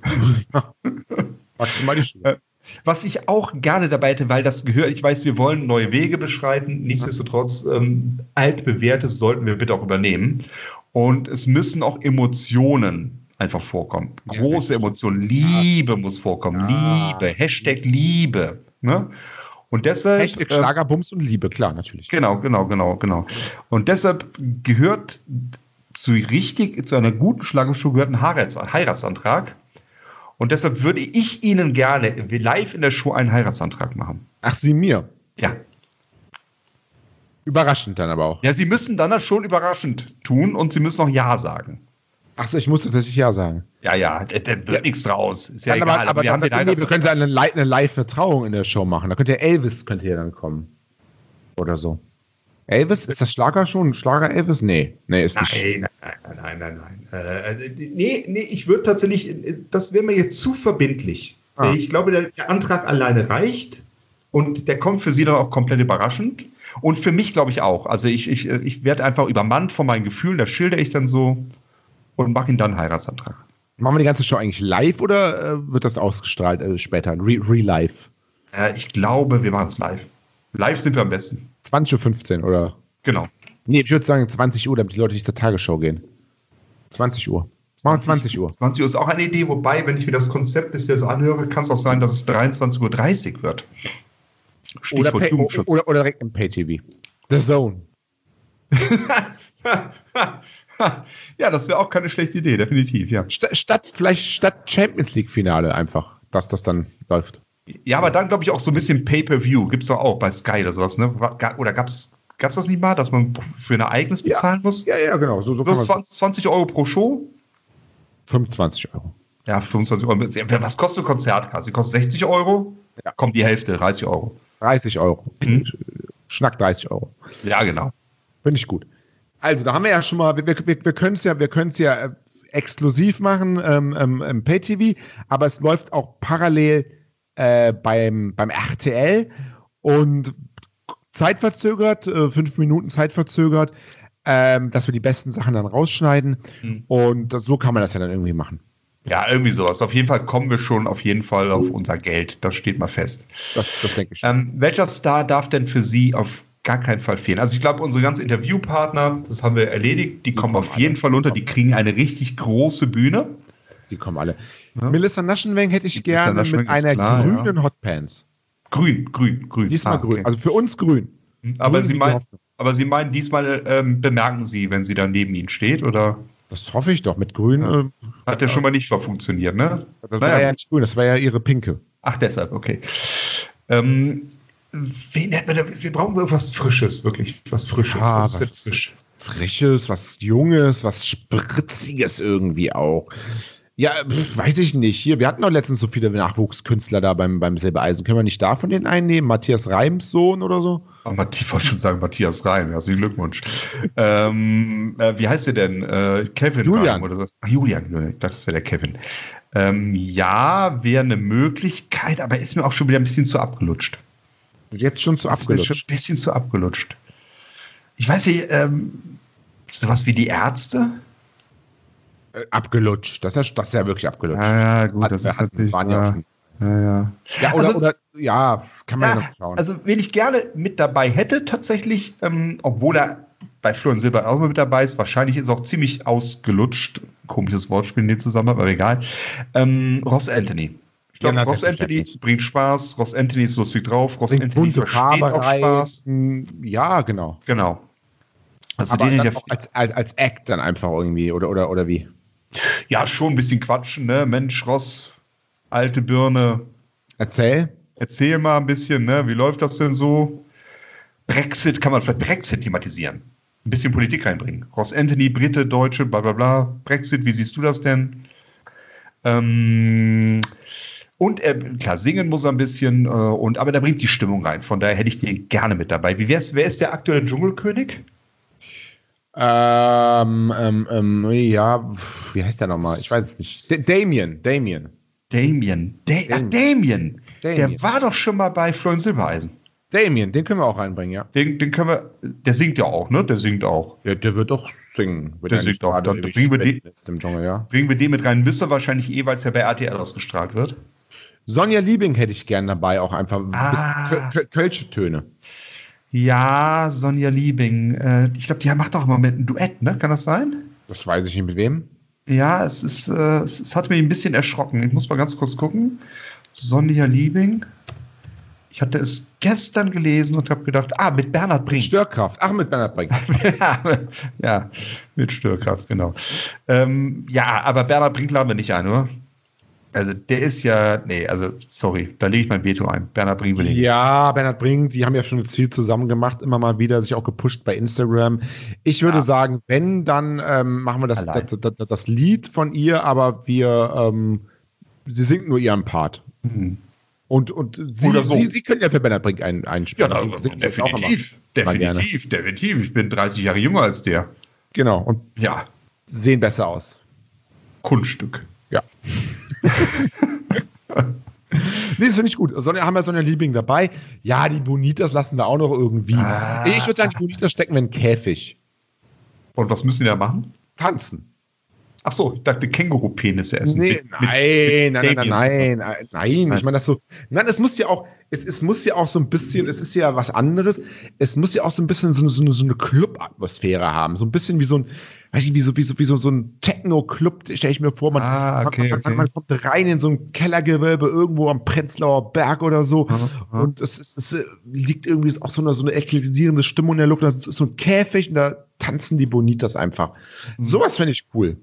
B: Maximal die
C: Äh,
B: Schuhe.
C: Was ich auch gerne dabei hätte, weil das gehört, ich weiß, wir wollen neue Wege beschreiten, nichtsdestotrotz ähm, altbewährtes sollten wir bitte auch übernehmen. Und es müssen auch Emotionen einfach vorkommen.
B: Ja,
C: Große
B: sehr gut.
C: Emotionen. Liebe muss vorkommen.
B: Ja.
C: Liebe. Hashtag Liebe. Ne? Und deshalb.
B: Hashtag
C: äh,
B: Schlager, Bums und Liebe, klar, natürlich.
C: Genau, genau, genau, genau. Und deshalb gehört zu richtig, zu einer guten Schlagershow gehört ein Heirats Heiratsantrag. Und deshalb würde ich Ihnen gerne live in der Show einen Heiratsantrag machen.
B: Ach, sie mir.
C: Ja.
B: Überraschend dann aber auch.
C: Ja, Sie müssen dann das schon überraschend tun und Sie müssen auch Ja sagen.
B: Achso, ich muss tatsächlich ja sagen.
C: Ja, ja, da da wird nichts draus. Ist ja
B: Dann
C: egal.
B: aber, aber
C: wir haben den
B: dann, nee, wir
C: Heiratsantrag.
B: können eine, Li- eine live eine Trauung in der Show machen. Da könnte ja Elvis könnte ja dann kommen. Oder so. Elvis? Ist das Schlager schon? Schlager Elvis? Nee. Nee, ist nicht.
C: Nein, nein, nein, nein, nein. nein. Äh, nee, nee, ich würde tatsächlich, äh, das wäre mir jetzt zu verbindlich.
B: Ah.
C: Ich glaube, der, der Antrag alleine reicht und der kommt für Sie dann auch komplett überraschend. Und für mich glaube ich auch. Also ich, ich, äh, ich werde einfach übermannt von meinen Gefühlen, das schildere ich dann so und mache Ihnen dann einen Heiratsantrag.
B: Machen wir die ganze Show eigentlich live oder äh, wird das ausgestrahlt äh, später? Re- Re-Live.
C: Äh, ich glaube, wir machen es live. Live sind wir am besten.
B: 20.15 Uhr oder?
C: Genau.
B: Nee, ich würde sagen 20 Uhr, damit die Leute nicht zur Tagesschau gehen. 20 Uhr. Machen wir 20 Uhr.
C: 20 Uhr ist auch eine Idee, wobei, wenn ich mir das Konzept bisher so anhöre, kann es auch sein, dass es 23.30 Uhr wird.
B: Oder,
C: Stichwort
B: Pay,
C: Jugendschutz.
B: oder, oder direkt im Pay-TV. The Zone.
C: *laughs* ja, das wäre auch keine schlechte Idee, definitiv, ja.
B: Sta- Statt, vielleicht statt Champions League-Finale einfach, dass das dann läuft.
C: Ja, aber dann glaube ich auch so ein bisschen Pay-Per-View. Gibt es doch auch bei Sky oder sowas, ne? Wa- ga- Oder gab es das nicht mal, dass man für ein Ereignis
B: Ja.
C: bezahlen muss?
B: Ja, ja, genau. So, so
C: So 20, 20 Euro pro Show?
B: 25 Euro.
C: Ja, 25 Euro. Ja, Was kostet Konzertkasse? Kostet 60 Euro?
B: Ja.
C: Kommt die Hälfte, 30 Euro.
B: 30 Euro.
C: Mhm.
B: Schnack 30 Euro.
C: Ja, genau.
B: Finde ich gut. Also, da haben wir ja schon mal, wir, wir, wir können es ja, wir können's ja äh, exklusiv machen ähm, ähm, im Pay-TV, aber es läuft auch parallel äh, beim, beim RTL und zeitverzögert, äh, fünf Minuten zeitverzögert, ähm, dass wir die besten Sachen dann rausschneiden
C: Mhm.
B: und das, so kann man das ja dann irgendwie machen.
C: Ja, irgendwie sowas. Auf jeden Fall kommen wir schon auf jeden Fall auf unser Geld. Das steht mal fest.
B: Das, das denke ich. schon.
C: Ähm, welcher Star darf denn für Sie auf gar keinen Fall fehlen? Also ich glaube, unsere ganzen Interviewpartner, das haben wir erledigt, die kommen auf jeden Fall unter, die kriegen eine richtig große Bühne.
B: Die kommen alle.
C: Ja.
B: Melissa Naschenweng hätte ich
C: Melissa
B: gerne mit
C: Naschenweng ist
B: einer
C: klar, ja.
B: grünen Hotpants.
C: Grün, grün, grün.
B: Diesmal
C: Ah,
B: grün.
C: okay. Hm,
B: Also für uns grün.
C: aber,
B: grün
C: Sie
B: wie die
C: meinen,
B: Hoffnung.
C: aber Sie meinen, diesmal ähm, bemerken Sie, wenn sie dann neben Ihnen steht, oder?
B: Das hoffe ich doch. Mit grün.
C: Ja.
B: ähm,
C: Hat ja schon mal nicht mal funktioniert, ne?
B: das
C: Naja,
B: war ja nicht grün, das war ja ihre pinke.
C: Ach, deshalb, okay. Ähm, wen hätten wir, denn- wir brauchen irgendwas Frisches, wirklich. Was Frisches.
B: Ja,
C: was ist
B: was-
C: denn frisch?
B: Frisches, was Junges, was Spritziges irgendwie auch. Ja, pf, weiß ich nicht. Hier, wir hatten doch letztens so viele Nachwuchskünstler da beim, beim Silbereisen. Können wir nicht da von denen einnehmen? Matthias Reims Sohn oder so?
C: Oh, Matthias, ich wollte schon sagen, Matthias Reim, herzlichen Glückwunsch. ähm, äh, wie heißt der denn? Äh, Kevin
B: Julian.
C: Reim oder so? Ach, Julian, Julian, ich dachte, das wäre der Kevin. Ähm, ja, wäre eine Möglichkeit, aber ist mir auch schon wieder ein bisschen zu abgelutscht.
B: Jetzt schon zu
C: Ist mir Schon
B: abgelutscht.
C: ein bisschen zu abgelutscht. Ich weiß nicht, ähm, sowas wie die Ärzte?
B: Äh, Abgelutscht. Das ist ja, das ist ja wirklich abgelutscht.
C: Ja, ja, gut,
B: Hatten
C: das
B: wir-
C: ist
B: hatten-
C: natürlich.
B: waren ja auch
C: Ja,
B: schon.
C: ja, ja.
B: ja, oder,
C: Also-
B: oder, ja, kann man ja,
C: Ja,
B: noch schauen.
C: also, wen ich gerne mit dabei hätte, tatsächlich, ähm, obwohl er bei Florian Silber auch mit dabei ist. Wahrscheinlich ist er auch ziemlich ausgelutscht. Komisches Wortspiel in dem Zusammenhang, aber egal. Ähm, Ross Anthony. Ich glaube,
B: Ja, das
C: Ross
B: ist
C: Anthony
B: verständlich.
C: bringt Spaß. Ross Anthony ist lustig drauf. Ross
B: Bringt
C: Anthony
B: bunte
C: versteht
B: Farbe
C: auch
B: rein.
C: Spaß.
B: Ja, genau.
C: Genau. Also
B: Aber
C: den in
B: dann
C: der
B: auch als, als, als Act dann einfach irgendwie oder, oder, oder wie?
C: ja, schon ein bisschen quatschen, ne? Mensch, Ross, alte Birne,
B: Erzähl.
C: erzähl mal ein bisschen, ne? Wie läuft das denn so? Brexit, kann man vielleicht Brexit thematisieren? Ein bisschen Politik reinbringen. Ross Anthony, Brite, Deutsche, bla bla bla. Brexit, wie siehst du das denn? Ähm, und er, klar, singen muss er ein bisschen, äh, und, aber da bringt die Stimmung rein. Von daher hätte ich den gerne mit dabei. Wie wär's, wer ist der aktuelle Dschungelkönig?
B: Ähm, ähm, ähm, ja, pf, wie heißt der nochmal? Ich weiß es nicht. Da- Damien, Damien.
C: Damien. Da Ach, Damien. Der
B: Damien.
C: war doch schon mal bei Florian Silbereisen.
B: Damien, den können wir auch reinbringen, ja.
C: Den, den können wir, der singt ja auch, ne? Der singt auch.
B: Ja, der wird doch singen. wenn
C: Der
B: er
C: singt
B: nicht
C: auch,
B: gerade
C: dann
B: ewig
C: bringen wir die-
B: schlecht ist Im Dschungel, ja.
C: Bringen wir den mit rein, müsste wahrscheinlich eh, weil es ja bei RTL ausgestrahlt wird.
B: Sonja Liebing hätte ich gern dabei, auch einfach. Ein bisschen
C: Ah.
B: Köl- Köl- Kölsche Töne.
C: Ja, Sonja Liebing. Äh, ich glaube, die macht auch im Moment ein Duett, ne? Kann das sein?
B: Das weiß ich nicht mit wem.
C: Ja, es ist, äh, es, es hat mich ein bisschen erschrocken. Ich muss mal ganz kurz gucken. Sonja Liebing. Ich hatte es gestern gelesen und habe gedacht, ah, mit Bernhard Brink.
B: Störkraft. Ach, mit Bernhard Brink.
C: *laughs* ja, mit Störkraft, genau. Ähm, ja, aber Bernhard Brink laden wir nicht ein, oder? Also der ist ja, nee, also sorry, da lege ich mein Veto ein. Bernhard Brink will ich.
B: Ja, Bernhard Brink, die haben ja schon viel zusammen gemacht, immer mal wieder, sich auch gepusht bei Instagram. Ich würde
C: Ja.
B: sagen, wenn, dann ähm, machen wir das,
C: Allein.
B: das, das, das Lied von ihr, aber wir, ähm, sie singt nur ihren Part.
C: Hm.
B: Und, und sie,
C: Oder so.
B: sie, sie können ja für Bernhard Brink ein, einspielen. Sie singt das auch immer.
C: also definitiv, definitiv, definitiv. Ich bin 30 Jahre jünger als der.
B: Genau, und
C: Ja,
B: sehen besser aus.
C: Kunststück.
B: Ja. nee, das finde ich gut. Sonja, haben wir Sonja Liebing dabei? Ja, die Bonitas lassen wir auch noch irgendwie.
C: Ah.
B: Ich würde sagen, die Bonitas stecken wir in den Käfig.
C: Und was müssen die da machen?
B: Tanzen.
C: Ach so, ich dachte Känguru-Penisse essen.
B: Nee,
C: Mit- mit-
B: nein, nein, nein,
C: Damien
B: nein, nein, nein.
C: Nein.
B: Ich meine, das so. Nein, es muss ja auch, es, es muss ja auch so ein bisschen, es ist ja was anderes. Es muss ja auch so ein bisschen so, eine- so, eine- so eine Club-Atmosphäre haben. So ein bisschen wie so ein, weiß ich, wie so, wie so, wie so, so ein Techno-Club, stelle ich mir vor. Man,
C: Ah, okay,
B: man, man,
C: okay.
B: man kommt rein in so ein Kellergewölbe irgendwo am Prenzlauer Berg oder so.
C: Aha.
B: Und es, ist- es, äh, liegt irgendwie auch so eine, so eine ekletisierende Stimmung in der Luft. Das ist so ein Käfig und da tanzen die Bonitas einfach.
C: Mhm.
B: Sowas fände ich cool.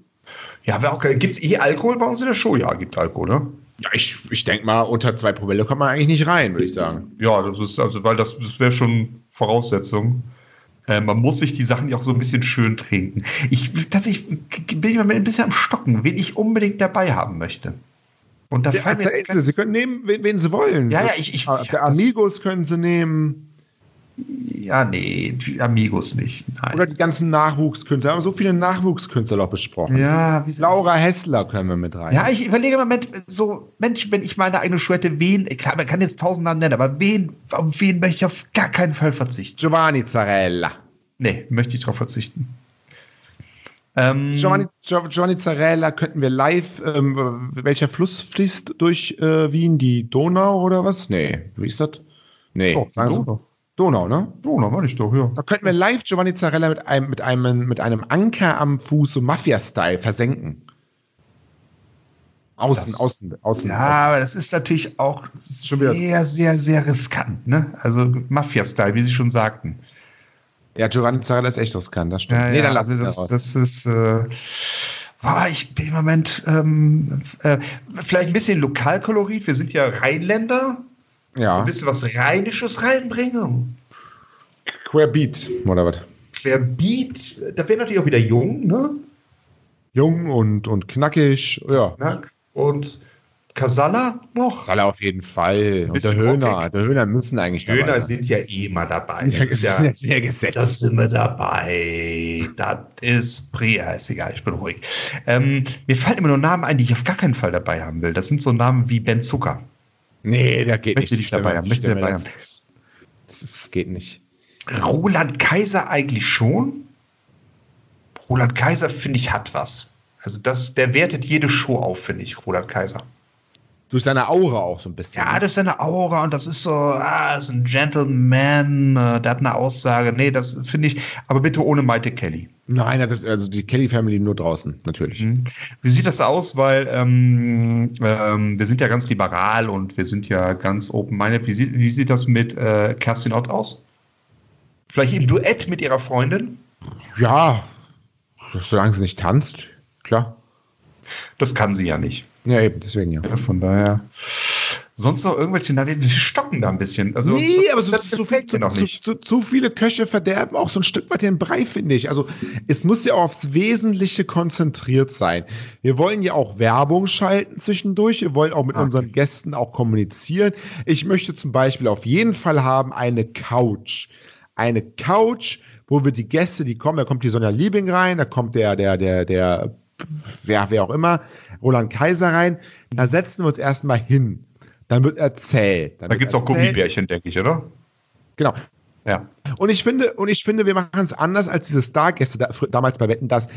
C: Ja, wär auch geil. Gibt's eh Alkohol bei uns in der Show? Ja, gibt Alkohol, ne?
B: Ja, ich, ich denke mal, unter zwei Promille kommt man eigentlich nicht rein, würde ich sagen.
C: Ja, das ist also, weil das, das wäre schon Voraussetzung. Äh, man muss sich die Sachen ja auch so ein bisschen schön trinken. Ich, tatsächlich bin ich mal ein bisschen am Stocken, wen ich unbedingt dabei haben möchte. Und da
B: Ja,
C: fallen mir jetzt
B: erzählen
C: ganz-
B: Sie, Sie können nehmen, wen, wen Sie wollen.
C: also, Ja, ja,
B: Das-
C: ich- ich- ich hab
B: der
C: das-
B: Amigos können Sie nehmen
C: ja, nee, die Amigos nicht. Nein.
B: oder die ganzen Nachwuchskünstler. Wir haben so viele Nachwuchskünstler doch besprochen.
C: ja, wie
B: Laura Hessler können wir mit rein.
C: Ja, ich überlege im Moment so, Mensch, wenn ich meine eigene Show hätte, wen, klar, man kann jetzt tausend Namen nennen, aber wen, auf wen möchte ich auf gar keinen Fall verzichten?
B: Giovanni Zarella.
C: Nee, möchte ich drauf verzichten. Ähm,
B: Giovanni, Gio- Giovanni Zarella könnten wir live. Ähm, welcher Fluss fließt durch äh, Wien? Die Donau oder was? Nee, wie ist das? Nee,
C: doch,
B: sagen Sie-
C: Oh, Donau.
B: Donau, ne?
C: Donau, meine ich doch, ja.
B: Da könnten wir live Giovanni Zarella mit einem, mit einem, mit einem Anker am Fuß, so Mafia-Style, versenken. Außen, außen,
C: Das-
B: außen. außen.
C: Ja, aber das ist natürlich auch
B: Schon wieder-
C: sehr, sehr, sehr riskant, ne? Also Mafia-Style, wie Sie schon sagten.
B: ja, Giovanni Zarella ist echt riskant, das stimmt.
C: Ja,
B: nee,
C: ja,
B: dann lass
C: also
B: ihn
C: das,
B: raus.
C: das ist. Äh, boah, ich bin im Moment ähm, äh, vielleicht ein bisschen Lokalkolorit. Wir sind ja Rheinländer. So
B: ja.
C: ein bisschen was Rheinisches reinbringen.
B: Queer Beat, oder was?
C: Querbeat, da wäre natürlich auch wieder jung, ne?
B: Jung und, und knackig, ja.
C: Ne? Und Casalla noch.
B: Soll er auf jeden Fall. Und der
C: Bisschen
B: Höhner,
C: rockig.
B: der Höhner müssen eigentlich
C: Döner
B: dabei sein.
C: sind ja eh immer dabei.
B: Ja,
C: Das ist ja,
B: sehr gesetzt.
C: Da sind wir dabei. Das ist Priya. Ist egal, ich bin ruhig. Ähm, mir fallen immer nur Namen ein, die ich auf gar keinen Fall dabei haben will. Das sind so Namen wie Ben Zucker.
B: Nee, da geht
C: Möchte
B: nicht.
C: nicht dabei haben, möchte
B: Stimme,
C: dabei
B: das,
C: haben.
B: das, das geht nicht.
C: Roland Kaiser eigentlich schon. Roland Kaiser, finde ich, hat was. Also das, der wertet jede Show auf, finde ich, Roland Kaiser.
B: durch seine Aura auch so ein bisschen.
C: Ja, durch seine Aura und das ist so, ah, ist ein Gentleman, äh, der hat eine Aussage. Nee, das finde ich, aber bitte ohne Maite Kelly. Mhm.
B: Nein, das ist, also die Kelly Family nur draußen, natürlich.
C: Wie sieht das aus? Weil ähm, ähm, wir sind ja ganz liberal und wir sind ja ganz open-minded. Wie, sieht- wie sieht das mit äh, Kerstin Ott aus? Vielleicht im Duett mit ihrer Freundin?
B: Ja, solange sie nicht tanzt, klar.
C: Das kann sie ja nicht.
B: Ja, eben, deswegen ja.
C: Ja, Von daher. Sonst noch irgendwelche, na, wir wir stocken da ein bisschen. Also,
B: Nee, aber so,
C: das
B: so, viel,
C: gefällt
B: zu,
C: mir noch nicht.
B: Zu, zu viele Köche verderben auch so ein Stück weit den Brei, finde ich. Also es muss ja auch aufs Wesentliche konzentriert sein. Wir wollen ja auch Werbung schalten zwischendurch. Wir wollen auch mit
C: Ah.
B: unseren Gästen auch kommunizieren. Ich möchte zum Beispiel auf jeden Fall haben eine Couch. Eine Couch, wo wir die Gäste, die kommen, da kommt die Sonja Liebing rein, da kommt der, der, der, der, wer, wer auch immer, Roland Kaiser rein. Da setzen wir uns erstmal hin. Dann wird erzählt.
C: Da gibt es auch Gummibärchen, denke ich, oder?
B: Genau.
C: Ja.
B: Und ich finde, und ich finde, wir machen es anders als diese Stargäste da, fr- damals bei Wetten, dass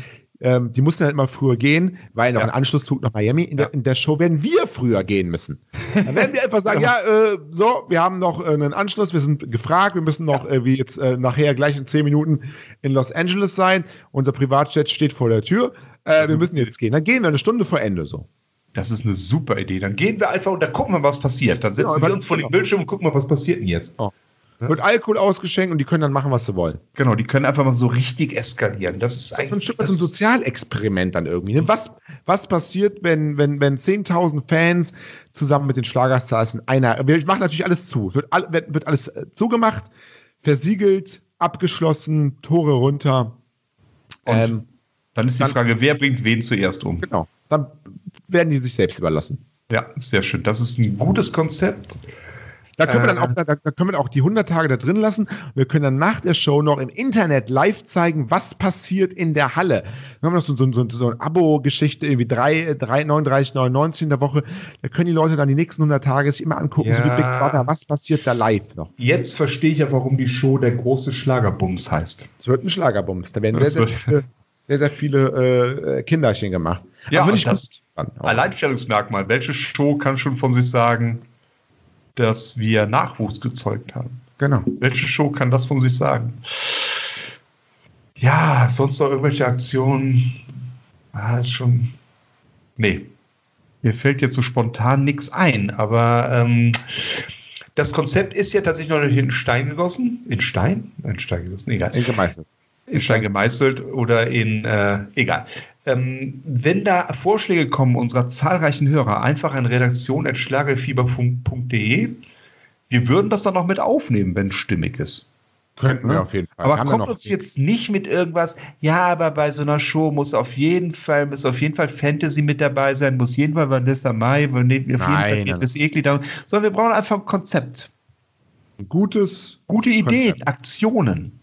B: ähm, die mussten halt immer früher gehen, weil noch
C: Ja.
B: ein Anschlussflug nach Miami. In, der,
C: Ja.
B: in der Show werden wir früher gehen müssen. Dann werden wir einfach
C: *laughs*
B: sagen, ja, äh, so, wir haben noch äh, einen Anschluss, wir sind gefragt, wir müssen noch äh, wie jetzt äh, nachher gleich in zehn Minuten in Los Angeles sein. Unser Privatjet steht vor der Tür. Äh, wir müssen jetzt gehen. Dann gehen wir eine Stunde vor Ende so.
C: Das ist eine super Idee. Dann gehen wir einfach und dann gucken wir, was passiert. Dann setzen
B: Genau,
C: wir uns vor den
B: genau.
C: Bildschirm und gucken mal, was passiert denn jetzt.
B: Wird Alkohol ausgeschenkt und die können dann machen, was sie wollen.
C: Genau, die können einfach mal so richtig eskalieren. Das ist
B: so ein
C: eigentlich.
B: Stück weit so ein
C: das-
B: Sozialexperiment dann irgendwie. Ne? Was, was passiert, wenn, wenn, wenn 10.000 Fans zusammen mit den Schlagerstars in einer. Wir machen natürlich alles zu. Es Wird, all, wird, wird alles äh, zugemacht, versiegelt, abgeschlossen, Tore runter.
C: Und
B: Ähm,
C: dann ist die
B: dann-
C: Frage, wer bringt wen zuerst um?
B: genau. Dann werden die sich selbst überlassen.
C: Ja, sehr schön. Das ist ein gutes Konzept.
B: Da können, wir dann
C: Äh.
B: auch, da, da können wir auch die 100 Tage da drin lassen. Wir können dann nach der Show noch im Internet live zeigen, was passiert in der Halle. Dann haben wir noch so, so, so, so eine Abo-Geschichte, irgendwie 3, 3, 39, 99 in der Woche. Da können die Leute dann die nächsten 100 Tage sich immer angucken, so wie
C: Ja.
B: Big Brother, was passiert da live noch.
C: Jetzt verstehe ich ja, warum die Show der große Schlagerbums heißt.
B: Es wird ein Schlagerbums. Da werden sehr,
C: Das
B: sehr
C: wird-
B: viele, sehr, sehr viele äh, Kinderchen gemacht.
C: Ja,
B: Aber finde
C: und
B: ich
C: das-
B: gut dran auch.
C: Alleinstellungsmerkmal. Welche Show kann schon von sich sagen, dass wir Nachwuchs gezeugt haben?
B: Genau.
C: Welche Show kann das von sich sagen? Ja, sonst noch irgendwelche Aktionen. Ah, ist schon. Nee. Mir fällt jetzt so spontan nichts ein, aber ähm, das Konzept ist ja tatsächlich noch nicht in Stein gegossen. In Stein? In Stein gegossen, egal
B: Gemeißelt.
C: in Stein gemeißelt oder in, äh, egal. Ähm, wenn da Vorschläge kommen unserer zahlreichen Hörer, einfach an redaktion.schlagerfieber.de. Wir würden das dann noch mit aufnehmen, wenn es stimmig ist.
B: Könnten wir
C: Ja.
B: auf jeden Fall.
C: Aber
B: Haben wir
C: kommt
B: noch-
C: uns jetzt nicht mit irgendwas, ja, aber bei so einer Show muss auf jeden Fall, muss auf jeden Fall Fantasy mit dabei sein, muss jeden Fall Vanessa Mai, auf jeden Fall
B: Nein,
C: geht
B: nein.
C: das eklig da. Sondern wir brauchen einfach ein Konzept.
B: ein gutes,
C: Gute Ideen,
B: Konzept.
C: Aktionen.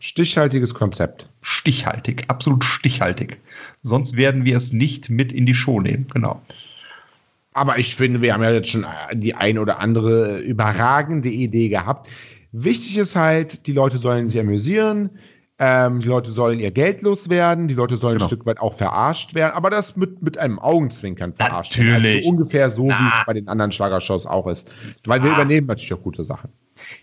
B: stichhaltiges Konzept.
C: stichhaltig, absolut stichhaltig. Sonst werden wir es nicht mit in die Show nehmen, genau.
B: Aber ich finde, wir haben ja jetzt schon äh, die ein oder andere äh, überragende Idee gehabt. Wichtig ist halt, die Leute sollen sich amüsieren, ähm, die Leute sollen ihr Geld loswerden, die Leute sollen
C: Genau.
B: ein Stück weit auch verarscht werden, aber das mit, mit einem Augenzwinkern verarscht. werden.
C: Natürlich.
B: Also ungefähr so, wie
C: Na.
B: es bei den anderen Schlagershows auch ist. Weil wir
C: Ah.
B: übernehmen natürlich auch gute Sachen.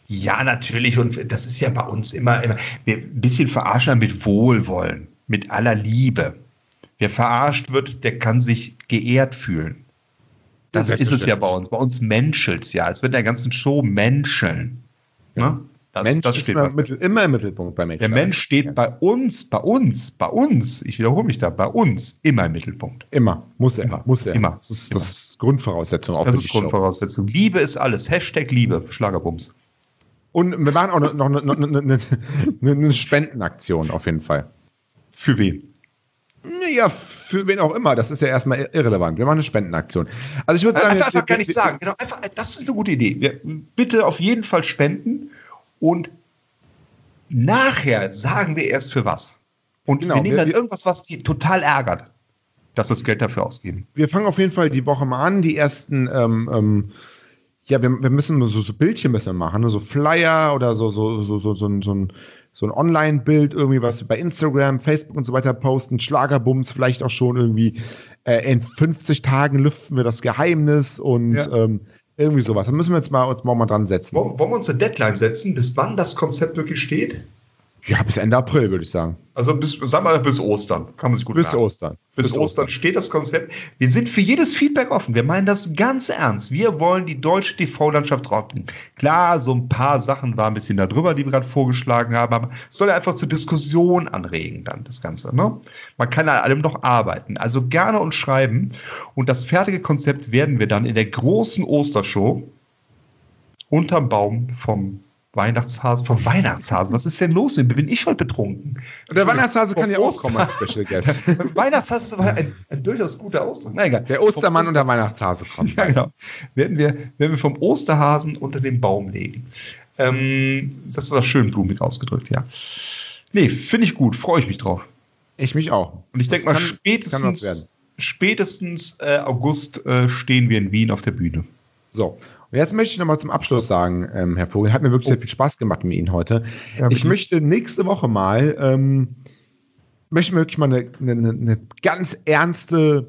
C: Ja, natürlich. Und das ist ja bei uns immer, immer wir ein bisschen verarschen aber mit Wohlwollen, mit aller Liebe. Wer verarscht wird, der kann sich geehrt fühlen. Das
B: Ja,
C: ist es
B: selbstverständlich.
C: ja bei uns. Bei uns menschelt's ja. Es wird in der ganzen Show menscheln. Ne? Das,
B: Mensch
C: das
B: ist
C: steht
B: immer,
C: bei-
B: im Mittel- immer im Mittelpunkt bei Menschen.
C: Der Mensch steht
B: Ja.
C: bei uns, bei uns, bei uns, ich wiederhole mich da, bei uns immer im Mittelpunkt.
B: Immer. Muss er.
C: Immer.
B: Muss er.
C: Immer.
B: Das ist,
C: Immer.
B: das ist Grundvoraussetzung auch
C: Das
B: für
C: ist
B: die Show.
C: Grundvoraussetzung. Liebe ist alles. Hashtag Liebe, Schlagerbums.
B: Und wir machen auch noch, noch, noch, noch, noch eine, *laughs* eine Spendenaktion auf jeden Fall.
C: Für wen?
B: Naja, für wen auch immer, das ist ja erstmal irrelevant. Wir machen eine Spendenaktion. Also
C: *laughs*
B: ich würde sagen,
C: Einfach, einfach
B: wir-
C: gar nicht
B: wir-
C: sagen. Genau, einfach, das ist eine gute Idee. Wir, bitte auf jeden Fall spenden und nachher sagen wir erst für was. Und
B: Genau,
C: wir nehmen
B: wir-
C: dann
B: wir-
C: irgendwas, was die total ärgert, dass wir das Geld dafür ausgeben.
B: wir fangen auf jeden Fall die Woche mal an. Die ersten, ähm, ähm, ja, wir, wir müssen so, so Bildchen müssen wir machen, ne? so Flyer oder so, so, so, so, so, ein- so ein so ein Online-Bild irgendwie, was wir bei Instagram, Facebook und so weiter posten, Schlagerbums vielleicht auch schon irgendwie, äh, in 50 Tagen lüften wir das Geheimnis und
C: Ja.
B: ähm, irgendwie sowas. Da müssen wir jetzt mal, uns morgen mal dran setzen.
C: Wollen wollen wir uns eine Deadline setzen, bis wann das Konzept wirklich steht?
B: Ja, bis Ende April, würde ich sagen.
C: Also bis, sagen wir bis Ostern. Kann man sich gut
B: Bis
C: merken.
B: Ostern.
C: Bis Ostern steht das Konzept. Wir sind für jedes Feedback offen. Wir meinen das ganz ernst. Wir wollen die deutsche TV-Landschaft rocken. Klar, so ein paar Sachen waren ein bisschen da drüber, die wir gerade vorgeschlagen haben, aber es soll ja einfach zur Diskussion anregen, dann das Ganze. Ne? Man kann an allem noch arbeiten. Also gerne uns schreiben. Und das fertige Konzept werden wir dann in der großen Ostershow unterm Baum vom Weihnachtshasen, vom Weihnachtshasen. Was ist denn los? mit mir? Bin ich heute betrunken?
B: Und der Weihnachtshase kann ja auch
C: Ostern.
B: kommen als *laughs* Special Guest.
C: Weihnachtshass war ein, ein durchaus guter Ausdruck. Na egal.
B: Der Ostermann
C: Vom
B: und der Weihnachtshase kommen.
C: *laughs* Ja, genau. Werden wir, werden wir vom Osterhasen unter den Baum legen. Ähm, das war schön blumig ausgedrückt, ja. Nee, finde ich gut, freue ich mich drauf.
B: Ich mich auch.
C: Und ich
B: Das
C: denke mal,
B: kann- kann was
C: spätestens,
B: werden.
C: spätestens äh, August äh, stehen wir in Wien auf der Bühne.
B: So. Und jetzt möchte ich nochmal zum Abschluss sagen, ähm, Herr Vogel, hat mir wirklich sehr viel Spaß gemacht mit Ihnen heute.
C: Ja,
B: ich
C: bitte.
B: möchte nächste Woche mal, ähm, möchte mir wirklich mal eine, eine, eine ganz ernste,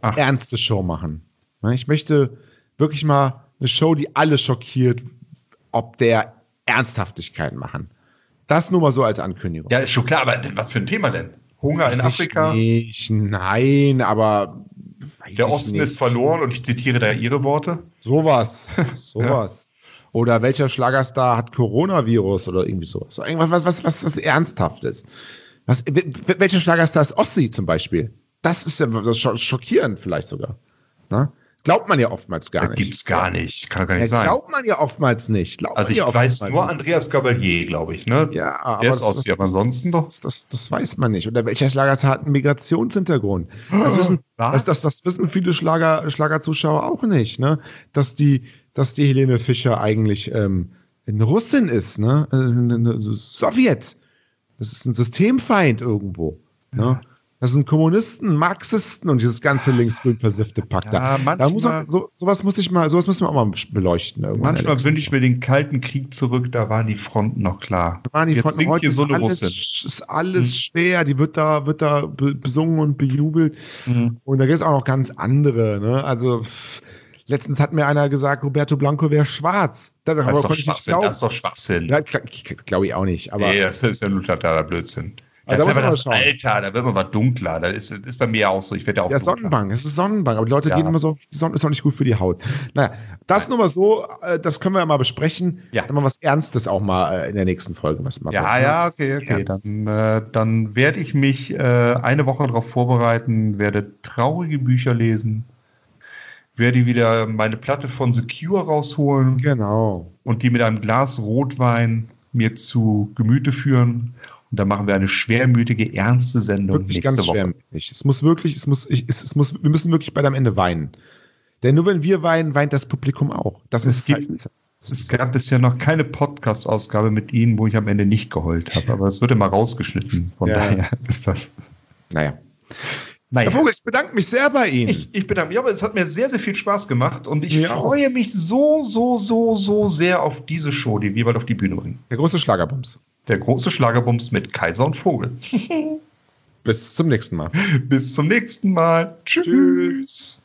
C: Ach.
B: ernste Show machen. Ne, Ich möchte wirklich mal eine Show, die alle schockiert, ob der Ernsthaftigkeit machen. Das nur mal so als Ankündigung.
C: Ja, ist schon klar, aber was für ein Thema denn? Hunger
B: Weiß
C: in
B: ich
C: Afrika,
B: Nicht, nein, aber weiß
C: der
B: ich
C: Osten
B: nicht.
C: ist verloren und ich zitiere da Ihre Worte. *laughs*
B: Sowas. Sowas. Oder welcher Schlagerstar hat Coronavirus oder irgendwie sowas. Irgendwas, was, was, was, was ernsthaft ist. Was, w- w- welcher Schlagerstar ist Ossi zum Beispiel? Das ist ja das scho- schockierend vielleicht sogar. Na? Glaubt man ja oftmals gar
C: Das
B: nicht.
C: gibt's gar nicht, kann doch gar nicht
B: Ja,
C: sein.
B: glaubt man ja oftmals nicht. Glaubt
C: Also
B: man
C: ich
B: ja
C: weiß
B: oftmals
C: nur
B: nicht.
C: Andreas Gabalier, glaube ich, ne?
B: Ja, aber
C: Der
B: das,
C: ist aus, aber ansonsten doch.
B: das, das, das weiß man nicht. Oder welcher Schlagerstar hat einen Migrationshintergrund? Das wissen, das,
C: Oh. Was?
B: das, das wissen viele Schlager, Schlagerzuschauer auch nicht, ne? Dass die, dass die Helene Fischer eigentlich ähm, eine Russin ist, ne? Äh, Eine, eine Sowjet. Das ist ein Systemfeind irgendwo. Ne? Das sind Kommunisten, Marxisten und dieses ganze linksgrün versiffte Pack
C: Ah. Ja,
B: da. da muss man,
C: manchmal-
B: so, sowas muss ich mal, sowas müssen wir auch mal beleuchten irgendwann.
C: Manchmal
B: Alex.
C: wünsche ich mir den Kalten Krieg zurück, da waren die Fronten noch klar.
B: waren die
C: Jetzt
B: von
C: singt
B: heute
C: hier so eine
B: alles,
C: Russin. Hm.
B: ist alles schwer, die wird da, wird da be- besungen und bejubelt. Und da gibt es auch noch ganz andere. Ne? Also pff, letztens hat mir einer gesagt, Roberto Blanco wäre schwarz. Da
C: Das ist,
B: konnte
C: doch
B: ich nicht
C: Schwachsinn,
B: glauben.
C: das ist doch Schwachsinn.
B: Ja, glaube ich auch nicht. Aber
C: nee, das ist ja nur totaler Blödsinn. Das
B: Also
C: ist
B: da muss
C: aber
B: man
C: das
B: schauen.
C: Alter, da wird man mal dunkler. Das ist, ist bei mir ja auch so. Ich werde ja auch
B: ja,
C: dunkler.
B: Sonnenbank, es ist Sonnenbank. Aber die Leute
C: Ja.
B: gehen immer so, die Sonne ist auch nicht gut für die Haut. Naja, das nur mal so, äh, das können wir ja mal besprechen.
C: Ja.
B: Dann mal was Ernstes auch mal äh, in der nächsten Folge. Was machen.
C: Ja, ja, okay, okay.
B: ne? Ja.
C: Dann, äh, dann werde ich mich äh, eine Woche darauf vorbereiten, werde traurige Bücher lesen, werde wieder meine Platte von The Cure rausholen.
B: Genau.
C: und die mit einem Glas Rotwein mir zu Gemüte führen. Und dann machen wir eine schwermütige, ernste Sendung
B: wirklich
C: nächste
B: ganz
C: Woche.
B: schwermütig. Es muss wirklich, es muss, ich, es, es muss, wir müssen wirklich bei am Ende weinen. Denn nur wenn wir weinen, weint das Publikum auch. Das
C: Es
B: ist
C: gibt-
B: halt, das
C: Es
B: ist
C: gab bisher noch keine Podcast-Ausgabe mit Ihnen, wo ich am Ende nicht geheult habe. Aber es wird immer rausgeschnitten. Von
B: Ja.
C: daher *laughs* ist das.
B: naja.
C: Naja.
B: Herr Vogel, ich bedanke mich sehr bei Ihnen.
C: Ich, ich bedanke mich, aber es hat mir sehr, sehr viel Spaß gemacht und ich
B: Mir auch.
C: freue mich so, so, so, so sehr auf diese Show, die wir bald auf die Bühne bringen.
B: Der große Schlagerbums.
C: Der große Schlagerbums mit Kaiser und Vogel.
B: Bis zum nächsten Mal.
C: Bis zum nächsten Mal. Tschüss.